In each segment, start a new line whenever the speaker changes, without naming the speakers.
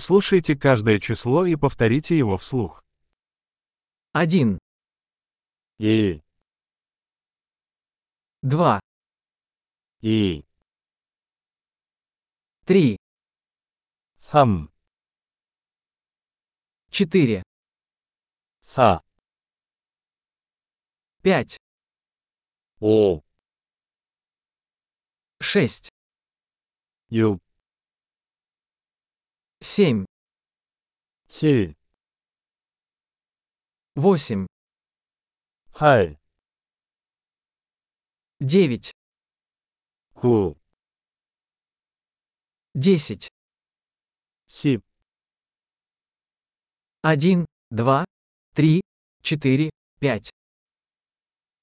Прослушайте каждое число и повторите его вслух.
Один,
일,
два,
이,
три,
삼,
четыре,
사,
пять,
오,
шесть,
육,
семь,
칠,
восемь,
팔,
девять,
구,
десять,
십,
один, два, три, четыре, пять,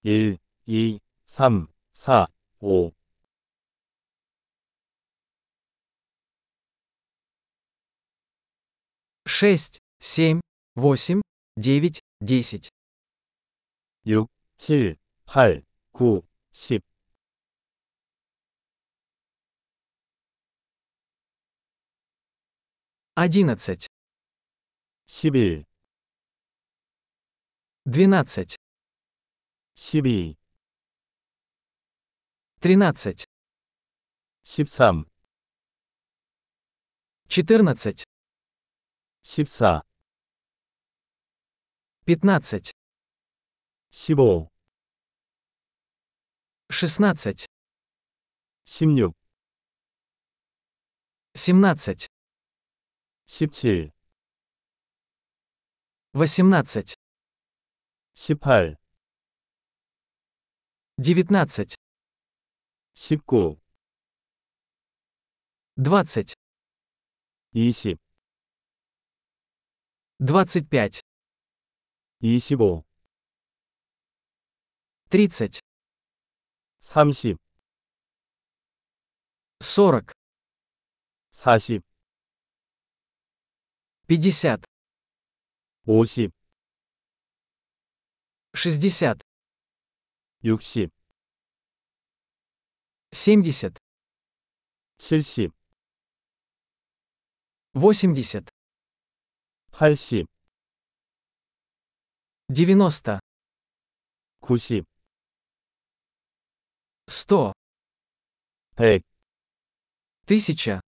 일, 이, 삼, 사, 오,
шесть, семь, восемь, девять, десять,
육, 칠, 팔, 구, 십,
одиннадцать,
십일,
двенадцать,
십이,
тринадцать,
십삼,
четырнадцать,
십사,
пятнадцать,
십오,
шестнадцать,
십육,
семнадцать,
십칠,
восемнадцать,
십팔,
девятнадцать,
십구,
двадцать,
이십,
двадцать пять,
이십오,
тридцать,
삼십,
сорок,
사십,
пятьдесят,
오십,
шестьдесят,
육십,
семьдесят,
칠십,
восемьдесят,
팔십,
девяносто,
구십,
сто,
백,
тысяча,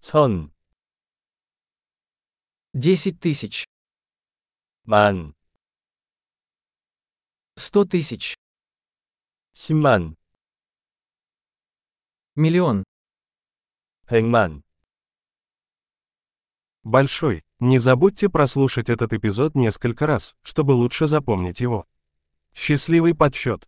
천,
десять тысяч,
만,
сто тысяч,
십만,
миллион.
백만.
Большой. Не забудьте прослушать этот эпизод несколько раз, чтобы лучше запомнить его. Счастливый подсчет!